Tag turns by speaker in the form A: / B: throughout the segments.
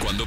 A: Cuando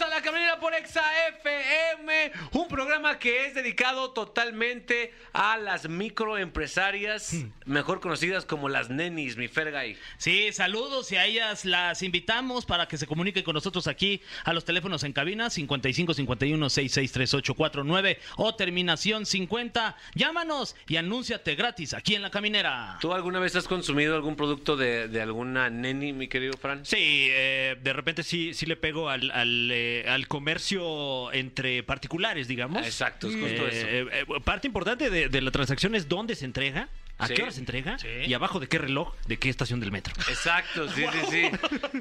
B: a La Caminera por Exa FM, un programa que es dedicado totalmente a las microempresarias, mejor conocidas como las nenis, mi Fergay.
C: Sí, saludos y a ellas las invitamos para que se comuniquen con nosotros aquí a los teléfonos en cabina 55 51 663849 o terminación 50. Llámanos y anúnciate gratis aquí en la caminera.
B: ¿Tú alguna vez has consumido algún producto de, de alguna neni, mi querido Fran?
D: Sí, eh, de repente sí, sí le pego al, al, eh, al comercio entre particulares, digamos.
B: Exacto, es justo eso.
D: Eh, eh, parte importante de, de la transacción es dónde se entrega, a
B: Sí.
D: qué hora se entrega
C: Sí.
D: y abajo de qué reloj, de qué estación del metro.
B: Exacto, sí, sí, sí.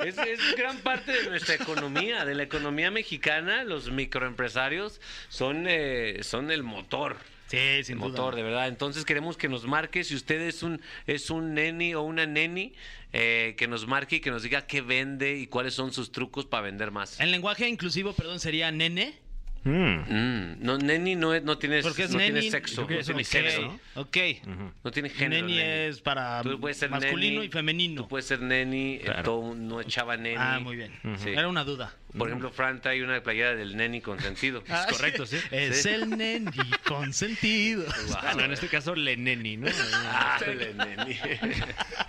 B: Es, es gran parte de nuestra economía, de la economía mexicana. Los microempresarios son, eh, son el motor.
C: Sí, sin duda.
B: motor, de verdad. Entonces queremos que nos marque si usted es un, es un neni o una neni, eh, que nos marque y que nos diga qué vende y cuáles son sus trucos para vender más.
C: En lenguaje inclusivo, perdón, sería nene.
B: Mm, no, neni no, es- no, tienes,
C: Porque es
B: no
C: neni.
B: tiene sexo, no
D: Yo creo que es
B: tiene
D: unisexo,
B: sexo.
D: ¿no?
C: Ok.
B: No tiene género.
C: Neni es para
B: Tú puedes ser
C: masculino
B: neni,
C: y femenino.
B: Tú puedes ser neni, eh,
D: Claro.
B: todo, no echaba neni.
C: Ah, muy bien.
B: Sí.
C: Era una duda.
B: Por ejemplo, Fran trae una playera del neni consentido.
C: Ah,
D: correcto, sí.
C: Es
B: Sí.
C: el neni consentido.
D: Ah, no, Eh, en este caso, Leneni, ¿no?
B: Ah, le- neni.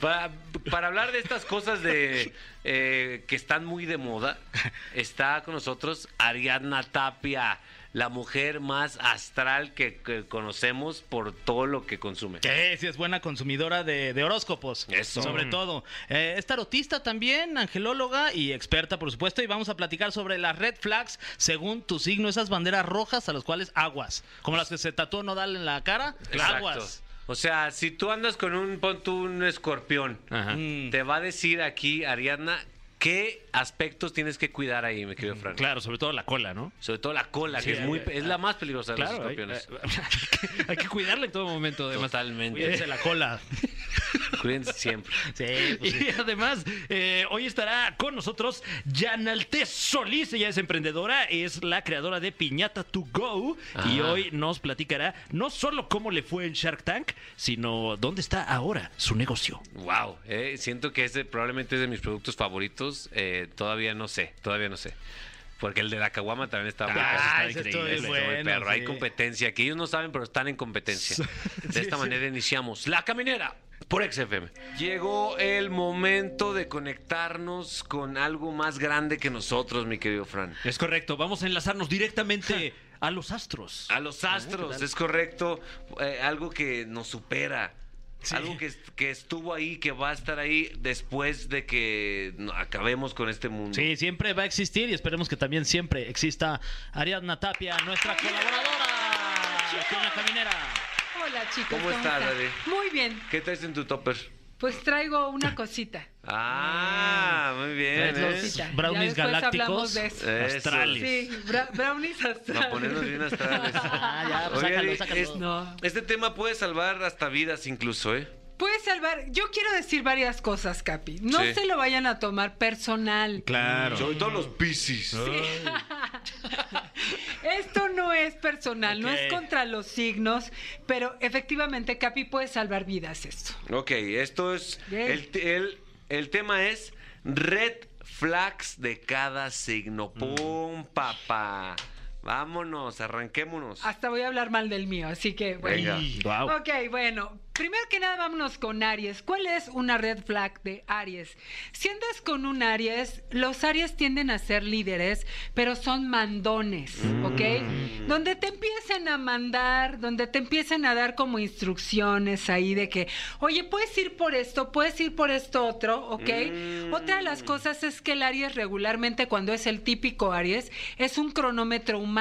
B: para, para hablar de estas cosas de eh, que están muy de moda, está con nosotros Ariadna Tapia, la mujer más astral que, que conocemos por todo lo que consume.
C: Que sí es buena consumidora de, de horóscopos.
B: Eso. Mm.
C: Sobre todo. Eh, es tarotista también, angelóloga y experta, por supuesto. Y vamos a platicar sobre las red flags según tu signo, esas banderas rojas a las cuales aguas. Como las que se tatuó Nodal en la cara.
B: Exacto.
C: Aguas.
B: O sea, si tú andas con un, pon tú un escorpión,
D: Ajá.
C: Mm.
B: Ah, te va a decir aquí, Ariadna, qué aspectos tienes que cuidar ahí, mi querido Frank.
D: Claro, sobre todo la cola, ¿no?
B: Sobre todo la cola,
D: Sí,
B: que es, muy,
D: eh,
B: es la más peligrosa de los
D: Claro, hay, eh,
B: escorpiones.
D: hay- hay que cuidarla en todo momento, además.
B: Totalmente.
C: Cuídense la cola.
B: Cuídense siempre.
C: Sí, pues sí.
D: Y además, eh, hoy estará con nosotros Yanalté Solís. Ella es emprendedora, es la creadora de Piñata to Go. Y
B: Ah.
D: hoy nos platicará no solo cómo le fue en Shark Tank, sino dónde está ahora su negocio.
B: Wow, eh, siento que ese probablemente es de mis productos favoritos. eh, todavía no sé, todavía no sé. Porque el de la caguama también está muy
C: Ah,
B: perro.
C: ese
B: Está
C: estuvo
B: muy
C: bueno,
B: perro. Hay
C: sí.
B: competencia que ellos no saben, pero están en competencia. De esta manera iniciamos La Caminera por XFM. Llegó el momento de conectarnos con algo más grande que nosotros, mi querido Fran.
D: Es correcto, vamos a enlazarnos directamente a los astros.
B: A los
C: Ah,
B: astros, es correcto. eh, algo que nos supera. Algo que, est- que estuvo ahí, que va a estar ahí después de que no- acabemos con este mundo.
C: Sí, siempre va a existir y esperemos que también siempre exista Ariadna Tapia, nuestra colaboradora. Aquí en la caminera.
E: Hola chicos.
B: ¿Cómo estás,
E: están?
B: Ale?
E: Muy bien.
B: ¿Qué traes en tu topper?
E: Pues traigo una cosita.
B: Ah, muy bien.
C: Mm. Traes los-
B: ¿eh?
E: Cosita.
C: brownies
E: Ya después
C: galácticos.
E: hablamos de eso.
B: Eso.
D: Australes.
E: Sí, bra- brownies astrales.
B: Eh, Para ponernos bien astrales.
C: Ah, ya, pues,
B: Oye,
C: sácalo,
B: Ale,
C: sácalo.
B: es-
E: No.
B: Este tema puede salvar hasta vidas incluso, ¿eh?
E: Puedes salvar. Yo quiero decir varias cosas, Capi. No
B: Sí.
E: se lo vayan a tomar personal.
D: Claro.
B: Sobre todo los piscis.
E: Esto no es personal, no
C: Ok.
E: es contra los signos, pero efectivamente, Capi, puede salvar vidas esto.
B: Ok, esto es.
E: Bien.
B: El, te- el- el tema es red flags de cada signo. ¡Pum, papá! Vámonos, arranquémonos.
E: Hasta voy a hablar mal del mío, así que bueno.
B: Venga.
D: Wow.
E: Ok, bueno, primero que nada vámonos con Aries. ¿Cuál es una red flag de Aries? Si andas con un Aries, los Aries tienden a ser líderes, pero son mandones, ¿ok? Donde te empiezan a mandar, donde te empiezan a dar como instrucciones ahí de que, oye, puedes ir por esto, puedes ir por esto otro, ¿ok?
B: Mm.
E: Otra de las cosas es que el Aries regularmente, cuando es el típico Aries, es un cronómetro humano.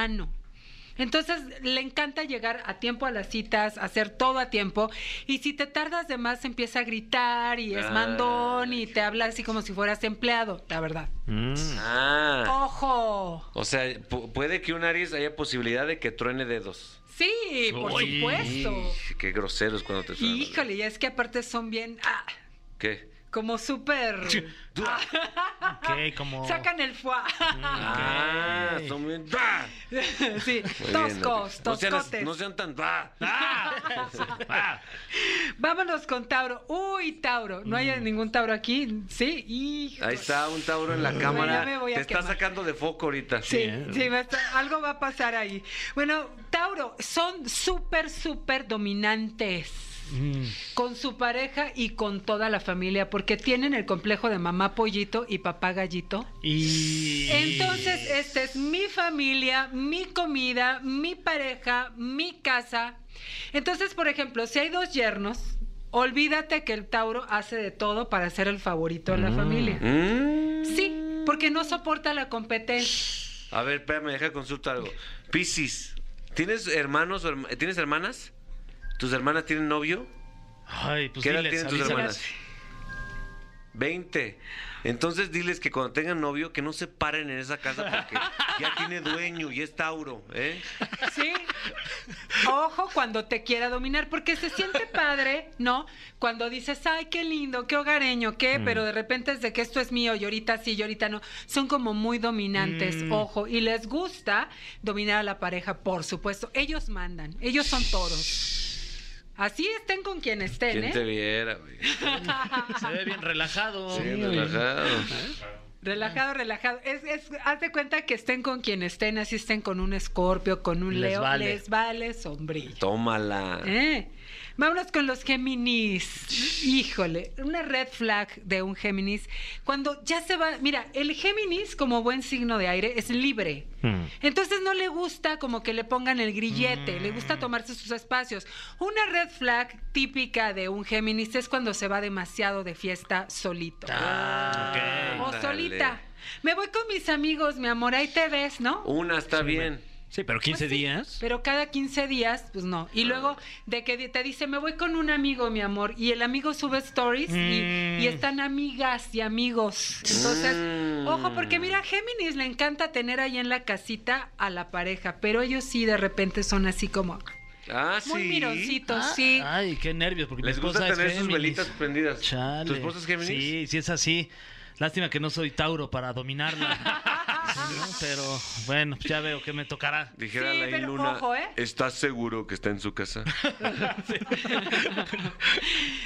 E: Entonces le encanta llegar a tiempo a las citas, hacer todo a tiempo. Y si te tardas de más, empieza a gritar y es
B: Ah.
E: mandón y te habla así como si fueras empleado, la verdad.
D: Mm.
B: Ah.
E: ¡Ojo!
B: O sea, pu- puede que un Aries haya posibilidad de que truene dedos.
E: Sí, por
C: Uy.
E: supuesto.
B: Ih, Qué groseros cuando te suenan.
E: Híjole, y es que aparte son bien. ah,
B: ¿Qué?
E: como súper.
C: Ok, como.
E: Sacan el fuá.
B: Ah, son bien. ¡Ah! Muy bien,
E: sí, toscos,
B: no sean-
E: toscotes.
B: No sean tan. ¡Ah!
D: Ah.
E: Vámonos con Tauro. Uy, Tauro. No hay ningún Tauro aquí. Sí, y.
B: Mm. Ahí está un Tauro en la
E: ya me
B: cámara.
E: voy a
B: Te está
E: quemar.
B: sacando de foco ahorita.
E: Sí, ¿eh? sí, va a estar- algo va a pasar ahí. Bueno, Tauro, son súper, súper dominantes. Con su pareja y con toda la familia, porque tienen el complejo de mamá pollito y papá gallito.
C: Y.
E: Entonces, esta es mi familia, mi comida, mi pareja, mi casa. Entonces, por ejemplo, si hay dos yernos, olvídate que el Tauro hace de todo para ser el favorito de la familia.
B: Mm.
E: Sí, porque no soporta la competencia.
B: A ver, espérame, deja consulta algo. Piscis, ¿tienes hermanos o herma- tienes hermanas? ¿Tus hermanas tienen novio?
C: Ay, pues
B: ¿Qué edad
C: diles,
B: tienen tus
C: avísalas.
B: hermanas? 20. Entonces diles que cuando tengan novio que no se paren en esa casa porque ya tiene dueño y es Tauro, ¿eh?
E: Sí. Ojo cuando te quiera dominar, porque se siente padre, ¿no? Cuando dices, ay, qué lindo, qué hogareño, qué, pero de repente es de que esto es mío y ahorita sí y ahorita no. Son como muy dominantes, ojo, y les gusta dominar a la pareja, por supuesto. Ellos mandan, ellos son toros. Así estén con quien estén,
B: ¿Quién te
E: ¿eh?
B: viera, güey?
C: Se ve bien relajado.
B: Sí, relajado.
C: ¿Eh?
E: Relajado, relajado. Es, es, haz de cuenta que estén con quien estén, así estén con un escorpio, con un
C: Les
E: leo,
C: vale.
E: les vale sombrilla.
B: Tómala.
E: ¿Eh? Vámonos con los Géminis. Híjole, una red flag de un Géminis. Cuando ya se va, mira, el Géminis como buen signo de aire es libre. Entonces no le gusta como que le pongan el grillete, le gusta tomarse sus espacios. Una red flag típica de un Géminis es cuando se va demasiado de fiesta solito.
B: Ah,
E: o
B: ándale.
E: solita. Me voy con mis amigos, mi amor, ahí te ves, ¿no?
B: Una está bien.
D: Sí, pero 15 días.
E: Pero cada 15 días, pues no. Y luego de que te dice, me voy con un amigo, mi amor, y el amigo sube stories y, y están amigas y amigos. Entonces,
B: Mm.
E: ojo, porque mira, a Géminis le encanta tener ahí en la casita a la pareja, pero ellos sí de repente son así como
B: Ah, sí.
E: muy mironcitos,
C: Ah,
E: sí.
C: Ay, qué nervios. Porque mi
B: Les gusta
C: esposa es
B: tener sus
C: Géminis.
B: velitas prendidas.
C: Chale.
B: ¿Tu esposa es Géminis?
C: Sí, sí es así. Lástima que no soy Tauro para dominarla. Sí, ¿no? Pero bueno, pues ya veo que me tocará.
B: Dijera
E: Sí,
B: la
E: pero
B: Luna.
E: ojo, ¿eh?
B: ¿Estás seguro que está en su casa?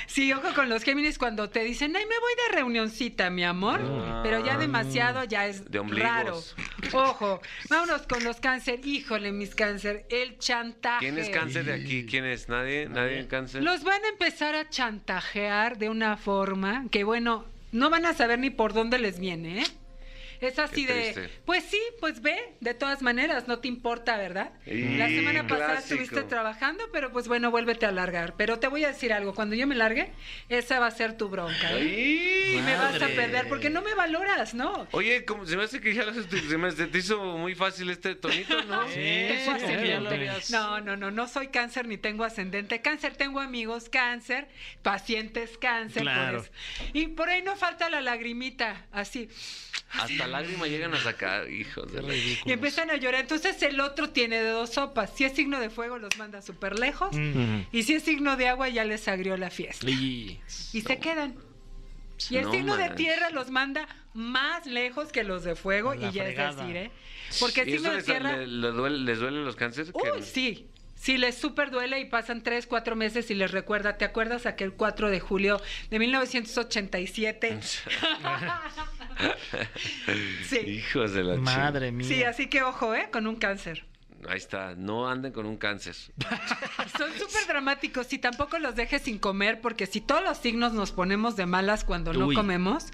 E: Sí, ojo con los Géminis cuando te dicen, ay, me voy de reunioncita, mi amor. Pero ya demasiado ya es
B: De
E: raro.
B: ombligos.
E: Ojo, vámonos con los cáncer. Híjole, mis cáncer, el chantaje.
B: ¿Quién es cáncer de aquí? ¿Quién es? ¿Nadie? ¿Nadie en cáncer?
E: Los van a empezar a chantajear de una forma que, bueno, no van a saber ni por dónde les viene, ¿eh? Es así
B: Qué
E: de,
B: triste.
E: pues sí, pues ve, de todas maneras, no te importa, ¿verdad?
B: Y
E: La semana pasada
B: clásico.
E: estuviste trabajando, pero pues bueno, vuélvete a largar. Pero te voy a decir algo, cuando yo me largue, esa va a ser tu bronca, ¿eh?
B: ¡Ay!
E: Y me vas a
C: madre.
E: perder porque no me valoras, ¿no?
B: Oye, como se me hace que ya lo haces- se, me, se te hizo muy fácil este tonito, ¿no?
E: Tengo
C: sí,
E: ascendente.
C: ya lo habías-
E: No, no, no, no soy cáncer ni tengo ascendente. Cáncer tengo amigos, cáncer, pacientes, cáncer. por
C: Claro.
E: eso. Y por ahí no falta la lagrimita, así.
B: Hasta lágrimas llegan a sacar, hijos de la-
E: Y empiezan a llorar. Entonces el otro tiene de dos sopas. Si es signo de fuego, los manda súper lejos.
C: Mm.
E: Y si es signo de agua, ya les agrió la fiesta.
D: Y-
E: Y se quedan.
C: Pues
E: Y el
B: No
E: signo de
B: manches.
E: tierra los manda más lejos que los de fuego.
C: La
E: Y ya es
C: fregada.
E: decir, ¿eh? Porque el
B: ¿Y eso
E: signo de
B: les,
E: tierra.
B: le- le duele, les duelen los cánceres?
E: Uy, sí. Sí, les súper duele y pasan tres, cuatro meses y les recuerda. ¿Te acuerdas aquel 4 de julio de 1987? sí.
B: Hijos de la chingada.
C: Madre mía.
E: Sí, así que ojo, ¿eh? Con un cáncer.
B: Ahí está, no anden con un cáncer.
E: Son súper dramáticos y tampoco los dejes sin comer porque si todos los signos nos ponemos de malas cuando no
D: Uy.
E: comemos,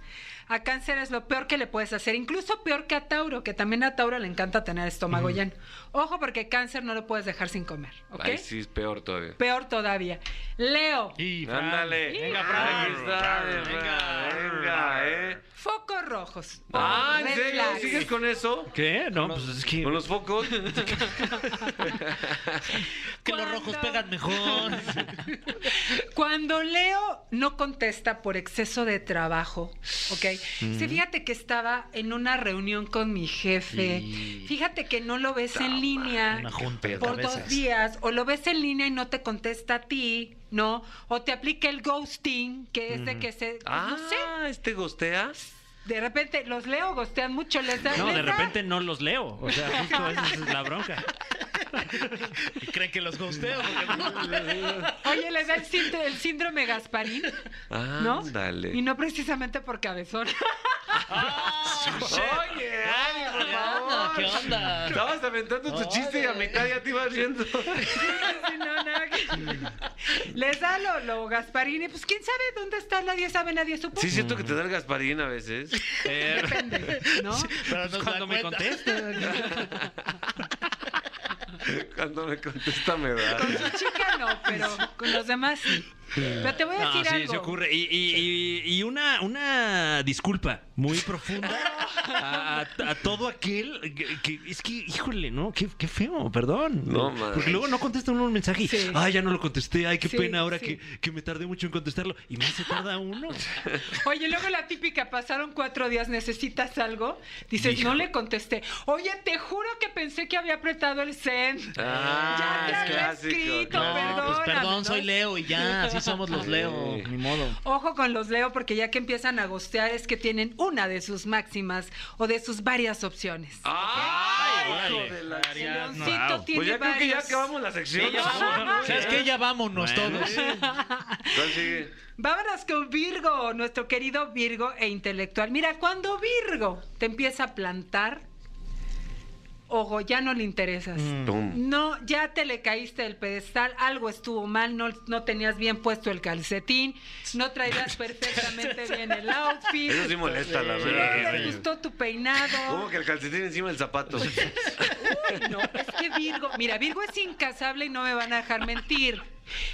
E: a cáncer es lo peor que le puedes hacer, incluso peor que a Tauro, que también a Tauro le encanta tener estómago lleno. Ojo porque cáncer no lo puedes dejar sin comer, ¿ok?
B: Ahí sí es peor todavía.
E: Peor todavía. Leo.
C: Y Fran.
B: Ándale.
C: Venga,
B: Aquí
C: Fran.
B: está,
C: Fran,
B: venga,
C: venga.
B: venga, eh.
E: Focos rojos.
B: Ah, ¿en
E: Oh, Red
B: serio?
E: flags.
B: ¿Sigues con eso?
D: ¿Qué? No, pues es que.
B: ¿Con los focos?
C: Que los
E: ¿Cuándo?
C: rojos pegan mejor.
E: Cuando Leo no contesta por exceso de trabajo, ¿ok?
B: Mm.
E: Sí, fíjate que estaba en una reunión con mi jefe. Fíjate que no lo ves en línea
C: Una junta de
E: por
C: cabezas.
E: dos días. O lo ves en línea y no te contesta a ti, ¿no? O te aplica el ghosting, que es de que se... pues,
B: Ah,
E: No sé.
B: ¿este gostea?
E: De repente los leo, gostean mucho, les da...
D: No, de
E: les da-
D: repente no los leo. O sea, justo esa es la bronca.
C: Y creen que los pues, gosteo.
E: Oye, les da el, sínd- el síndrome Gasparín, ¿no?
B: Ándale.
E: Y no precisamente por cabezón.
B: Oye, Ani, por favor.
C: ¿Qué onda?
B: Estabas aventando tu chiste y a mitad ya te ibas riendo.
E: Sí, no, nada que- Les da lo, lo Gasparín y pues quién sabe dónde está, nadie sabe, nadie supo.
B: Sí, siento que te da el Gasparín a veces.
E: Depende, ¿no?
C: Pero no se
D: Cuando
C: dan
D: me
C: cuenta.
D: contesta.
B: Cuando me contesta me
E: Con
B: da.
E: su Pues, chica no, pero con los demás sí. Pero te voy a
D: No,
E: decir
D: sí,
E: algo.
D: se ocurre. Y, y- y- y una, una disculpa muy profunda a, a- a todo aquel que, que- es que, híjole, ¿no? Qué, qué feo, perdón.
B: No, man.
D: Porque luego no contesta uno un mensaje y,
E: Sí.
D: ay, ya no lo contesté, ay, qué
E: Sí,
D: pena ahora
E: sí.
D: que, que me tardé mucho en contestarlo. Y más se tarda uno.
E: Oye, luego la típica, pasaron cuatro días, ¿necesitas algo? Dices, no le contesté. Oye, te juro que pensé que había apretado el send.
B: Ah,
E: ya
B: es
E: te había
B: clásico,
E: escrito,
B: claro.
E: perdón.
C: pues perdón, soy Leo y ya, así somos los Leo,
B: Sí.
C: ni modo.
E: Ojo con los Leo, porque ya que empiezan a gostear es que tienen una de sus máximas o de sus varias opciones.
B: ¡Ay,
D: Órale.
B: hijo de la
E: Leoncito
B: Ariadna!
D: Wow.
E: tiene
B: Pues ya creo que ya
E: varios.
B: acabamos la sección.
D: Sí, ya
B: ¿no?
D: vámonos.
C: ¿Sabes qué? Ya vámonos
D: Bueno,
C: todos.
B: ¿Cuál sigue?
E: Vámonos con Virgo, nuestro querido Virgo e intelectual. Mira, cuando Virgo te empieza a plantar, ojo, ya no le interesas.
B: Pum.
E: No, ya te le caíste del pedestal, algo estuvo mal, no, no tenías bien puesto el calcetín, no traías perfectamente bien el outfit.
B: Eso sí molesta, la
E: no
B: verdad.
E: te gustó tu
B: ¿Cómo
E: peinado.
B: que el calcetín encima del zapato?
E: Uy, no, es que Virgo, mira, Virgo es incasable y no me van a dejar mentir.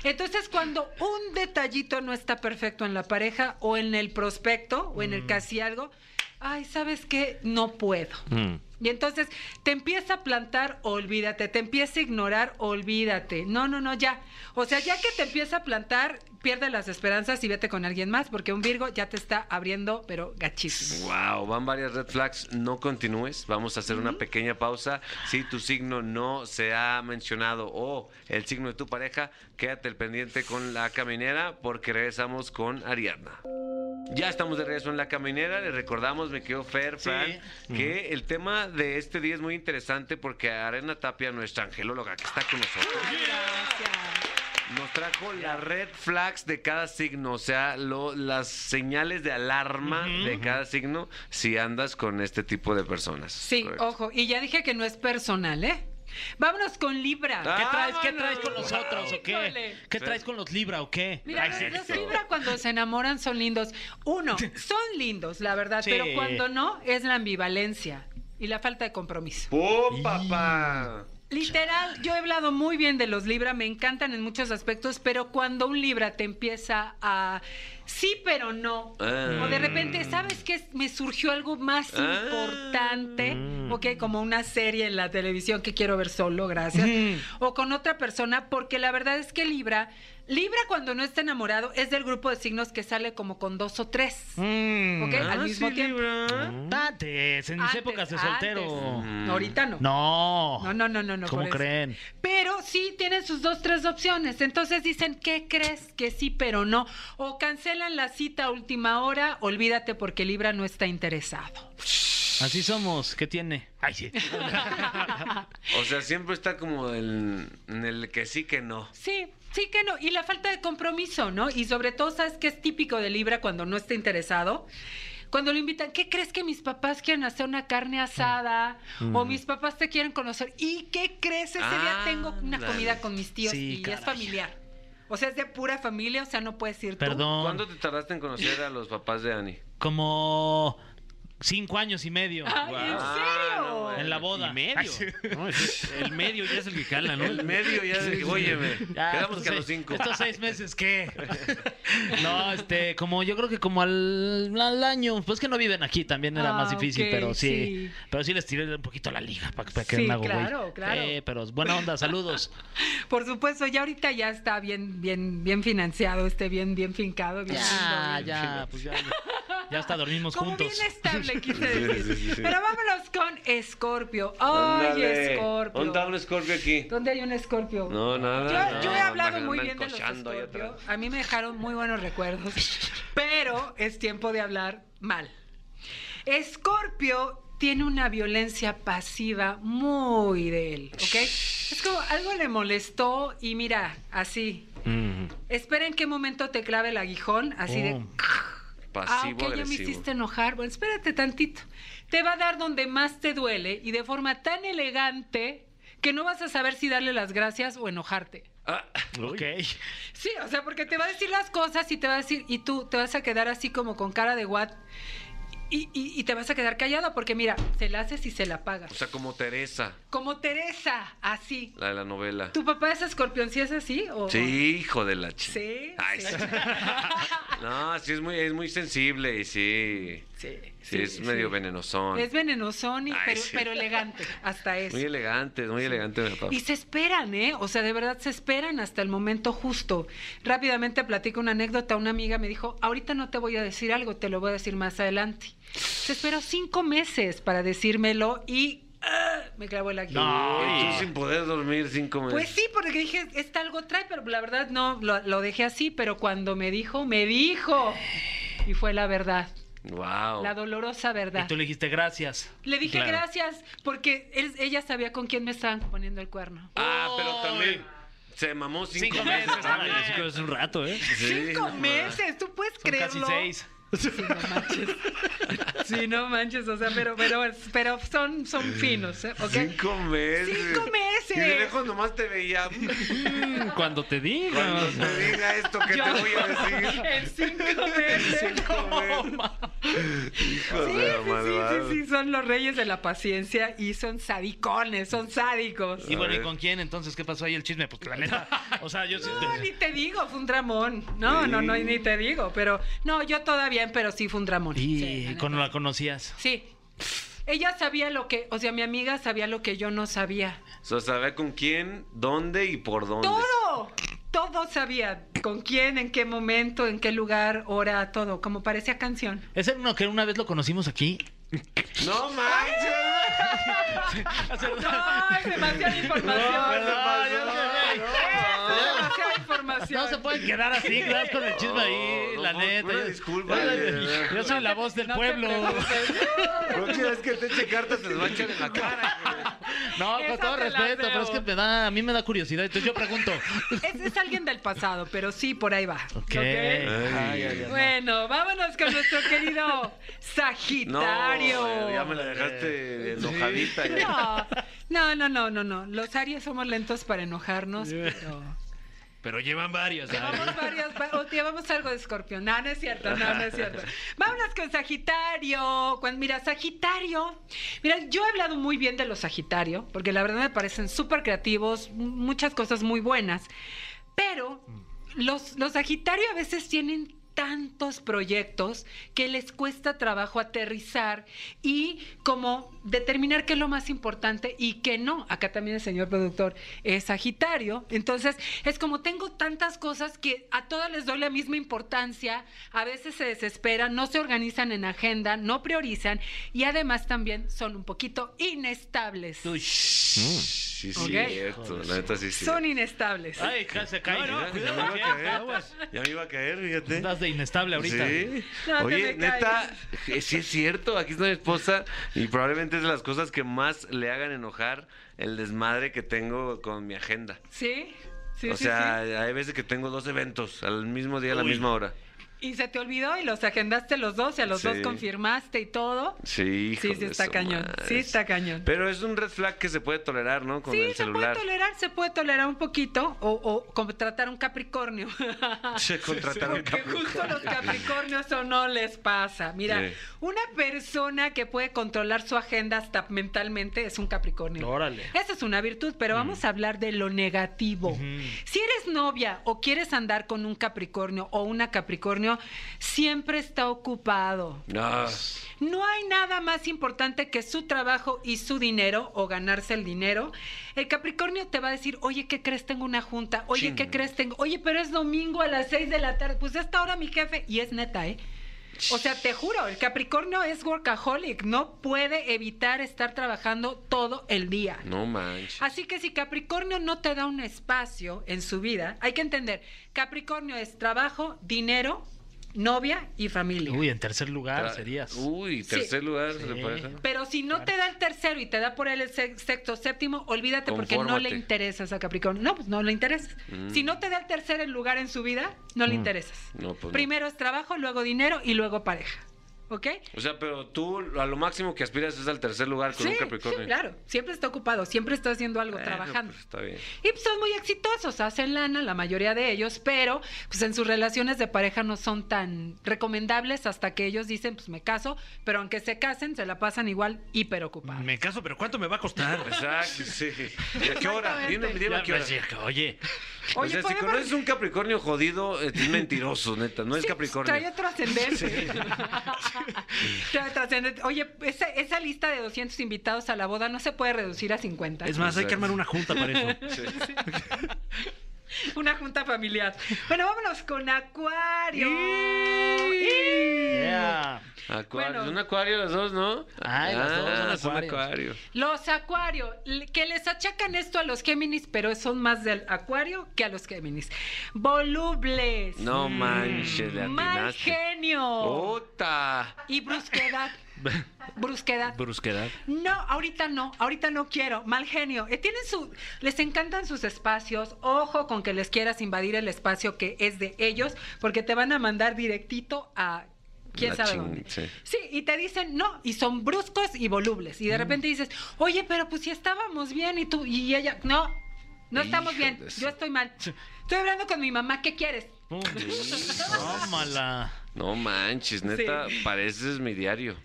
E: Entonces, cuando un detallito no está perfecto en la pareja o en el prospecto o en el casi algo, ay, ¿sabes qué? No puedo.
D: Mm.
E: Y entonces te empieza a plantar, olvídate, te empieza a ignorar, olvídate. No, no, no, ya. O sea, ya que te empieza a plantar, pierde las esperanzas y vete con alguien más, porque un Virgo ya te está abriendo, pero gachísimo.
B: Wow, van varias red flags. No continúes. Vamos a hacer una pequeña pausa. Si tu signo no se ha mencionado o el signo de tu pareja, quédate el pendiente con la caminera porque regresamos con Ariadna. Ya estamos de regreso en la caminera. Les recordamos, me quedó Fer, Fran, que el tema de este día es muy interesante porque Arena Tapia, nuestra angelóloga que está con nosotros, nos trajo las red flags de cada signo, o sea, lo- las señales de alarma de cada signo si andas con este tipo de personas.
E: Sí,
B: Correcto.
E: ojo. Y ya dije que no es personal, ¿eh? Vámonos con Libra.
B: Ah,
C: ¿Qué traes, qué
B: Vámonos.
C: traes con los otros o qué?
E: Híjole.
C: ¿Qué traes con los Libra o qué?
E: Mira,
C: Ay,
E: los-
C: sí.
E: los Libra cuando se enamoran son lindos. Uno, son lindos, la verdad,
C: Sí.
E: pero cuando no, es la ambivalencia y la falta de compromiso.
B: ¡Oh, papá!
E: Literal, yo he hablado muy bien de los Libra, me encantan en muchos aspectos, pero cuando un Libra te empieza a sí, pero no,
B: Ah.
E: o de repente, ¿sabes qué? Me surgió algo más
B: Ah. Mm.
E: importante, ok, como una serie en la televisión que quiero ver solo, gracias,
B: Mm.
E: o con otra persona, porque la verdad es que Libra, Libra cuando no está enamorado es del grupo de signos que sale como con dos o tres,
C: Mm.
E: ok, al mismo tiempo.
C: Antes, en mis
E: Ah, Antes,
C: épocas de soltero.
E: antes.
B: Mm.
E: Ahorita no.
C: No.
E: No, no, no, no, no,
C: ¿Cómo
E: por eso.
C: creen?
E: Pero sí tienen sus dos, tres opciones. Entonces dicen, ¿qué crees? Que sí, pero no. O cancelan la cita a última hora, olvídate porque Libra no está interesado.
C: Así somos. ¿Qué tiene? Ay, sí.
B: O sea, siempre está como el- en el que sí que no.
E: Sí, sí que no. Y la falta de compromiso, ¿no? Y sobre todo, ¿sabes qué es típico de Libra cuando no está interesado? Cuando lo invitan, ¿qué crees que mis papás quieren hacer una carne asada?
C: Mm.
E: O mis papás te quieren conocer. ¿Y qué crees? Ese día tengo una
B: Ándale.
E: comida con mis tíos
C: Ah, Sí,
E: y es
C: caray.
E: familiar. O sea, es de pura familia, o sea, no puedes ir tú.
C: Perdón.
B: ¿Cuándo te tardaste en conocer a los papás de Ani?
C: Como cinco años y medio.
E: Ay, ¿En
B: Guau.
E: serio?
B: Ah, no, bueno.
C: En la boda.
D: Y medio.
C: Ay, sí.
D: No, es- el medio ya es el que cala, ¿no?
B: El medio ya de que, óyeme,
C: Ya,
B: quedamos
C: estos
B: que a los
C: seis-
B: cinco.
C: ¿Estos seis meses qué? No, este, como yo creo que como al, al año, pues que no viven aquí, también era
E: Ah,
C: más difícil,
E: ok,
C: pero sí,
E: sí.
C: Pero sí les tiré un poquito la liga para, para que
E: Sí,
C: me hago güey.
E: claro, claro.
C: Eh, pero buena onda, saludos.
E: Por supuesto, ya ahorita ya está bien, bien, bien financiado, esté bien, bien este, fincado, bien. lindo,
C: ya,
E: bien-
C: ya, pues ya. Ya hasta dormimos
E: Como
C: juntos.
E: bien estable, quise decir.
B: Sí, sí, sí.
E: Pero vámonos con Escorpio. Ay, Escorpio.
B: ¿Dónde está un Scorpio aquí?
E: ¿Dónde hay un escorpio?
B: No, nada.
E: Yo,
B: no,
E: yo he hablado
B: andan-
E: muy
B: andan
E: bien de los
B: cochando ahí
E: escorpio.
B: atrás.
E: A mí me dejaron muy buenos recuerdos. Pero es tiempo de hablar mal. Escorpio tiene una violencia pasiva muy de él, ¿ok? Es como algo le molestó y mira, así.
D: Mm.
E: Espera en qué momento te clave el aguijón, así de...
B: Pasivo
E: ah, ok, ya me
B: agresivo.
E: hiciste enojar. Bueno, espérate tantito. Te va a dar donde más te duele y de forma tan elegante que no vas a saber si darle las gracias o enojarte.
B: Ah,
C: Ok.
E: Sí, o sea, porque te va a decir las cosas y te va a decir, y tú te vas a quedar así como con cara de what. Y, y- y te vas a quedar callada porque mira, se la haces y se la pagas.
B: o sea, como Teresa,
E: Como Teresa, así.
B: la de la novela.
E: ¿Tu papá es escorpión? ¿Sí es así? O,
B: Sí, hijo de la
E: o-
B: ch...
E: Sí.
B: Ay,
E: sí.
B: sí. No, sí es muy, es muy sensible y sí.
E: Sí,
B: Sí, es medio venenosón.
E: Es venenosón, y-
B: Ay,
E: pero,
B: sí.
E: pero elegante, hasta eso.
B: Muy elegante, muy elegante mi papá.
E: Y se esperan, ¿eh? O sea, de verdad se esperan hasta el momento justo. Rápidamente platico una anécdota. Una amiga me dijo, ahorita no te voy a decir algo, te lo voy a decir más adelante. Se esperó cinco meses para decírmelo y ¡ah! me clavó el aguijón.
B: Y tú
C: No.
B: sin poder dormir cinco meses.
E: Pues sí, porque dije, está algo trae, pero la verdad no, lo, lo dejé así, pero cuando me dijo, me dijo. Y fue la verdad,
B: Wow.
E: la dolorosa verdad.
C: Y tú le dijiste gracias.
E: Le dije
C: Claro.
E: gracias porque él- ella sabía con quién me estaban poniendo el cuerno.
B: Ah, pero también se mamó cinco,
C: Cinco
B: meses. Ah,
C: meses también.
D: Así que es un rato, ¿eh?
B: Sí,
E: Cinco
B: no mames.
E: meses, ¿tú puedes
C: Son
E: creerlo?
C: casi seis.
E: Sí, no manches. Sí, no manches, o sea, pero, pero, pero son, son finos, ¿eh? ¿ok?
B: Cinco meses.
E: Cinco meses.
B: Y de lejos nomás te veía.
D: Mm, Cuando te digo.
B: Cuando te diga esto que
E: Yo-
B: te voy a decir.
E: En cinco meses.
B: Cinco meses. Hijo
E: Sí,
B: de la
E: sí,
B: malvada.
E: sí, sí, sí, son los reyes de la paciencia y son sadicones, son sádicos.
C: Y bueno, ¿y
B: ver.
C: con quién entonces? ¿Qué pasó ahí el chisme? Pues la neta. O sea, yo sí.
E: No, ni te digo, fue un dramón. No, no, no, ni te digo, pero no, yo todavía, pero sí fue un dramón. Sí, la
C: Y
E: neta.
C: con la conocías.
E: Sí. Ella sabía lo que, o sea, mi amiga sabía lo que yo no sabía.
B: O sea, saber con quién, dónde y por dónde.
E: Todo, todo sabía. Con quién, en qué momento, en qué lugar, hora, todo. Como parecía canción.
C: ¿Es el uno que una vez lo conocimos aquí?
B: No manches.
E: ¡Ay, demasiada información!
C: No,
E: Esa
C: perdón,
E: es
C: ya sé.
E: demasiada información!
C: No se pueden quedar así, ¿verdad? Con el chisme ahí,
B: No,
C: la
B: no,
C: neta.
B: una
C: Yo-
B: disculpa,
C: yo-
B: de verdad.
C: Yo soy la voz del
E: No te
C: pueblo.
E: preocupes.
B: Próxima vez que te eche cartas, te va a echar en la cara.
C: No,
E: Esa
C: con todo
E: te la
C: respeto, pero es
E: debo.
C: que me da, a mí me da curiosidad. Entonces yo pregunto.
E: Es, es alguien del pasado, pero sí, por ahí va.
C: Ok.
E: ¿Ok?
C: Ay, ay, ay.
E: Bueno, vámonos con nuestro querido
B: No,
E: Sagitario.
B: ya me la dejaste enojadita. ya.
E: No, no, no, no, no, no. Los Aries somos lentos para enojarnos, pero.
D: Pero llevan varios.
E: Llevamos varias, va- o llevamos algo de escorpión. No, no es cierto, no, no es cierto. Vámonos con Sagitario. Cuando, mira, Sagitario. Mira, yo he hablado muy bien de los Sagitario, porque la verdad me parecen súper creativos, m- muchas cosas muy buenas. Pero los, los Sagitario a veces tienen tantos proyectos que les cuesta trabajo aterrizar y como determinar qué es lo más importante y qué no. Acá también el señor productor es Sagitario, entonces es como tengo tantas cosas que a todas les doy la misma importancia, a veces se desesperan, no se organizan en agenda, no priorizan y además también son un poquito inestables.
B: Sí, sí,
E: Ok.
B: cierto. La neta sí, sí.
E: Son inestables.
C: Ay, ca- se cae.
B: no, cuidado,
C: Aguas,
B: cuidado, cuidado.
C: aguas.
B: Ya me iba a caer, fíjate.
C: Estás de inestable ahorita.
B: Sí.
E: No te
B: Oye,
E: me
B: neta, eh, sí es cierto, aquí está mi esposa y probablemente es de las cosas que más le hagan enojar el desmadre que tengo con mi agenda.
E: Sí, sí,
B: o
E: sí,
B: sea, hay veces que tengo dos eventos al mismo día, a la misma hora.
E: sí. Y se te olvidó y los agendaste los dos y a los
B: Sí.
E: dos confirmaste y todo.
B: Sí, hijo
E: Sí, sí,
B: de
E: está
B: su
E: cañón.
B: madre.
E: Sí, está cañón.
B: Pero es un red flag que se puede tolerar, ¿no? Con
E: sí,
B: el
E: se puede
B: celular.
E: tolerar, se puede tolerar un poquito o, o contratar un Capricornio.
B: Se contratar un
E: Porque
B: cabrón.
E: justo los Capricornios eso no les pasa. Mira,
B: Sí.
E: una persona que puede controlar su agenda hasta mentalmente es un Capricornio.
C: Órale.
E: Esa es una virtud,
B: Mm.
E: pero vamos a hablar de lo negativo. Si eres novia o quieres andar con un Capricornio o una Capricornio, siempre está ocupado.
B: No.
E: No hay nada más importante que su trabajo y su dinero o ganarse el dinero. El Capricornio te va a decir, oye, ¿qué crees? Tengo una junta. Oye, ¿qué
B: Chin.
E: crees? Tengo. Oye, pero es domingo a las 6 de la tarde. Pues a esta hora mi jefe. Y es neta, ¿eh? O sea, te juro, el Capricornio es workaholic, no puede evitar estar trabajando todo el día.
B: No manches.
E: Así que si Capricornio no te da un espacio en su vida, hay que entender, Capricornio es trabajo, dinero, novia y familia.
C: Uy, en tercer
B: Ah,
C: lugar serías.
B: Uy, tercer lugar.
C: Sí.
B: ¿le parece?
E: Pero si no te da el tercero y te da por él el se- sexto, séptimo, olvídate porque no le
B: Confórmate. Mm.
E: interesas a Capricornio. No, pues no le interesas. Si no te da el tercer el lugar en su vida, no le interesas.
B: No, pues no.
E: Primero es trabajo, luego dinero y luego pareja. ¿Ok?
B: O sea, pero tú a lo máximo que aspiras es al tercer lugar con
E: Sí,
B: un
E: sí,
B: Capricornio.
E: claro. Siempre está ocupado, siempre está haciendo algo,
B: Bueno,
E: trabajando.
B: pues está bien.
E: Y pues, son muy exitosos, hacen lana la mayoría de ellos, pero pues en sus relaciones de pareja no son tan recomendables hasta que ellos dicen, pues me caso, pero aunque se casen, se la pasan igual hiper ocupados.
D: Me caso, pero ¿cuánto me va a costar?
B: Exacto, sí. ¿Y a qué hora? Dime,
E: Exactamente.
B: dime a qué hora.
D: Oye,
B: o sea, si
E: podemos-
B: conoces un Capricornio jodido, eh, es mentiroso, neta. No es
E: Sí,
B: Capricornio.
E: Trae otro ascendente. Trae otro ascendente. Oye, esa, esa lista de 200 invitados a la boda no se puede reducir a 50.
D: es más, hay que armar una junta para eso.
E: Una junta familiar. Bueno, vámonos con Acuario. Y-
C: Yeah.
B: Acuario.
E: Bueno.
B: Son acuario las dos, ¿no?
C: Ay, las dos son
B: Ah,
C: acuarios.
E: Los Acuario, l- que les achacan esto a los Géminis, pero son más del Acuario que a los Géminis. Volubles.
B: No manches, le
E: Mal
B: atinaste.
E: genio.
B: ¡Ota!
E: Y brusquedad. brusquedad.
D: Brusquedad.
E: No, ahorita no, ahorita no quiero, mal genio. Eh, tienen su, les encantan sus espacios. Ojo con que les quieras invadir el espacio que es de ellos, porque te van a mandar directito a quién
B: La
E: sabe
B: chin-
E: dónde.
B: sí.
E: Sí, y te dicen no, y son bruscos y volubles. Y de repente dices, oye, pero pues si estábamos bien y tú y ella, no, no estamos
B: Hijo
E: bien,
B: de su-
E: yo estoy mal. Estoy hablando con mi mamá, ¿qué quieres?
C: Pum. Tómala.
B: No manches, neta, pareces mi diario.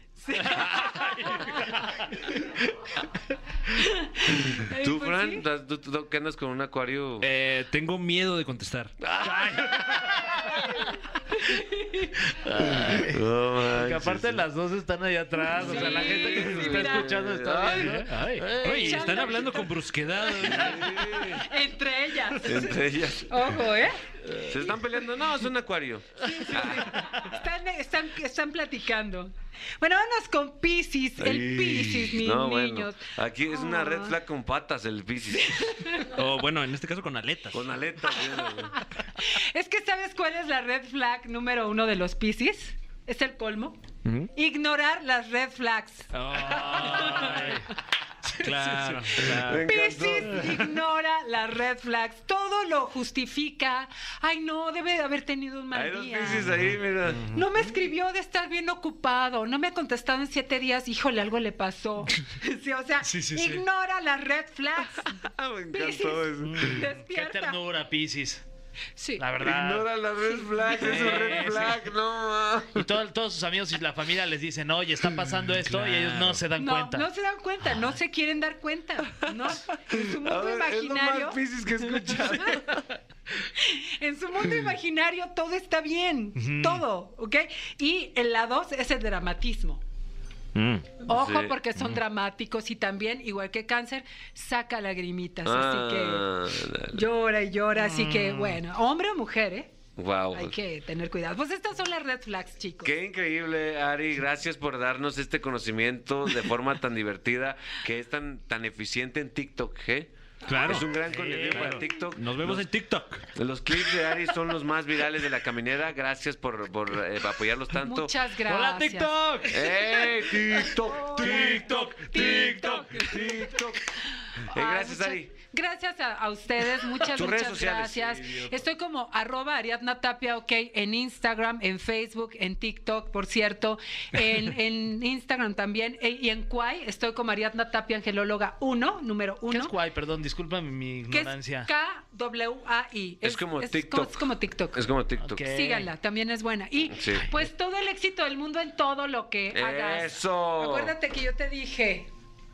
E: Eh,
B: ¿Tú,
E: pues,
B: Fran,
E: sí.
B: ¿Tú- tú, tú qué andas con un acuario?
D: Eh, tengo miedo de contestar.
B: No manches.
C: Que aparte las dos están ahí atrás. O sea, la
E: Sí,
C: gente que nos está
E: mira.
C: escuchando está
B: Ay,
C: viendo. Ay.
D: Oye, están
E: Échala.
D: hablando con brusquedad.
E: Entre ellas.
B: Entre ellas.
E: Ojo, ¿eh?
B: ¿Se están peleando? No, es un acuario.
E: Están, están, están platicando. Bueno, vámonos con Pisces. El Pisces, mis
B: No, bueno,
E: niños.
B: Aquí es una red
E: Ah.
B: flag con patas el Pisces.
D: O bueno, en este caso con aletas.
B: Con aletas.
E: Es que ¿sabes cuál es la red flag número uno de los Pisces? Es el colmo. Ignorar las red flags.
D: Ay. Claro, claro.
E: Pisces ignora las red flags. Todo lo justifica. Ay, no, debe de haber tenido un mal
B: Hay dos
E: día.
B: Pisces ahí, mira.
E: No me escribió de estar bien ocupado, no me ha contestado en siete días, híjole, algo le pasó. Sí, o sea,
D: Sí, sí, sí.
E: ignora las red flags.
B: Ah, Me encantó
E: Piscis,
B: eso.
C: Qué
E: despierta.
C: ternura, Piscis.
E: Sí.
C: La verdad.
B: Ignora la red flag, es un red
C: Sí.
B: flag, no ma.
C: Y todo- todos sus amigos y la familia les dicen, oye, está pasando esto, y ellos no se dan
E: No,
C: cuenta.
E: no se dan cuenta, no se quieren dar cuenta. No, en su
B: A
E: mundo
B: ver, es lo
E: imaginario,
B: más Pisces que he escuchado.
E: en su mundo imaginario todo está bien, todo, ¿ok? Y en la dos es el dramatismo. Ojo,
B: Sí.
E: porque son dramáticos y también, igual que cáncer, saca lagrimitas. así que
B: Ah,
E: llora y llora, así que
B: Mm.
E: bueno, hombre o mujer, ¿eh?
B: Wow.
E: Hay que tener cuidado. Pues estas son las red flags, chicos.
B: Qué increíble, Ari. Gracias por darnos este conocimiento de forma tan divertida, que es tan, tan eficiente en TikTok, ¿eh?
D: Claro.
B: Es un gran
D: Sí,
B: contenido para
D: claro.
B: TikTok.
D: Nos vemos
B: Los-
D: en TikTok.
B: Los clips de Ari son los más virales de la caminera. Gracias por, por eh, apoyarlos tanto.
E: Muchas gracias.
D: ¡Hola, TikTok!
B: ¡Ey! TikTok, TikTok,
E: TikTok.
B: TikTok. Eh,
E: Ay,
B: gracias,
E: Ah, muchas-
B: Ari.
E: Gracias a, a ustedes, muchas,
B: Tus redes
E: muchas
B: sociales,
E: gracias.
B: idiota.
E: Estoy como arroba Ariadna Tapia, ok, en Instagram, en Facebook, en TikTok, por cierto, en, en Instagram también, e- y en Kwai, estoy como Ariadna Tapia Angelóloga 1, número
C: ¿Qué es
E: 1.
C: guay? Perdón, disculpa mi
E: Que es
C: ignorancia.
E: K-W-A-I.
B: Es como TikTok.
E: Es como TikTok.
B: Es como TikTok.
C: Ok.
E: Síganla, también es buena. Y
B: Eh, Sí.
E: pues todo el éxito del mundo en todo lo que hagas.
B: ¡Eso!
E: Acuérdate que yo te dije,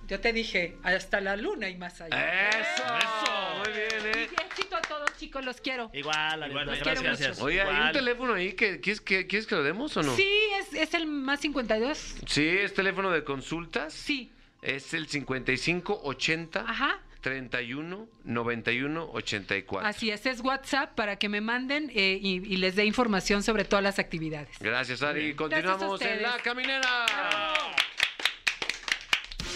E: yo te dije, hasta la luna y más allá.
B: ¡Eso!
C: Eso.
B: Muy bien, ¿eh?
E: Y éxito a todos, chicos, los quiero.
C: Igual, Ariadna,
E: Los quiero
C: gracias.
E: mucho.
B: Oye, ¿hay un
C: Igual.
B: teléfono ahí que quieres que, quieres que lo demos o no?
E: Sí, es, es el más 52.
B: Sí, es teléfono de consultas.
E: Sí.
B: Es el 5580
E: Ajá.
B: 31 91 84.
E: Así es, es WhatsApp para que me manden eh, y, y les dé información sobre todas las actividades.
B: Gracias, Ari. Continuamos
E: Gracias a
B: en La
E: ustedes.
B: Caminera.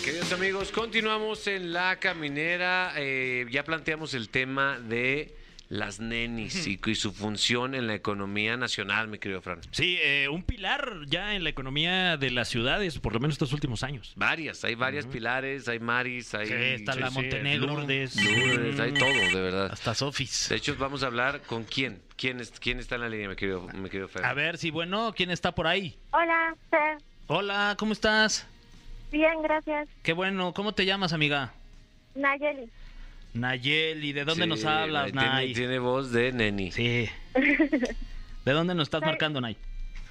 B: Queridos amigos, continuamos en La Caminera. Eh, ya planteamos el tema de las nenis y, y su función en la economía nacional, mi querido Fran.
D: Sí, eh, un pilar ya en la economía de las ciudades, por lo menos estos últimos años.
B: Varias, hay varias pilares, hay Maris, hay...
C: Sí, está la Montenegro. mm.
D: Lourdes.
B: Lourdes, hay todo, de verdad.
C: Hasta Sofis.
B: De hecho, vamos a hablar con quién. ¿Quién, es, quién está en la línea, mi querido, mi querido Fer?
C: A ver si, bueno, ¿quién está por ahí?
F: Hola, Fer.
C: Hola, ¿cómo estás?
F: Bien, gracias.
C: Qué bueno, ¿cómo te llamas, amiga?
F: Nayeli.
C: Nayeli, ¿de dónde
B: Sí,
C: nos hablas,
B: Nay,
C: Nay?
B: Tiene, tiene voz de neni.
C: Sí. ¿De dónde nos estás
F: Soy-
C: marcando, Nay?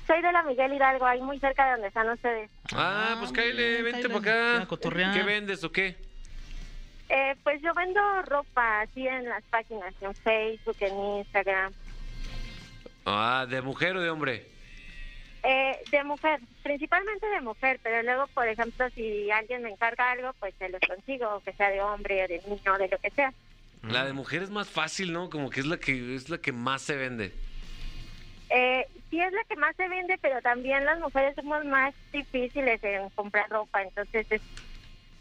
F: Soy de la Miguel Hidalgo, ahí muy cerca de donde están ustedes.
B: Ah,
C: Ah,
B: pues
C: muy
B: cállate,
C: bien,
B: vente
C: cáele,
B: para
C: ven
B: acá.
C: a cotorrear.
B: ¿Qué vendes o qué?
F: Eh, pues yo vendo ropa así en las páginas, en Facebook, en Instagram.
B: Ah, ¿de mujer o de hombre?
F: Eh, de mujer, principalmente de mujer, pero luego, por ejemplo, si alguien me encarga algo, pues se los consigo, que sea de hombre, o de niño, de lo que sea.
B: La
C: Mm.
B: de mujer es más fácil, ¿no? Como que es la que es la que más se vende.
F: Eh, sí es la que más se vende, pero también las mujeres somos más difíciles en comprar ropa, entonces es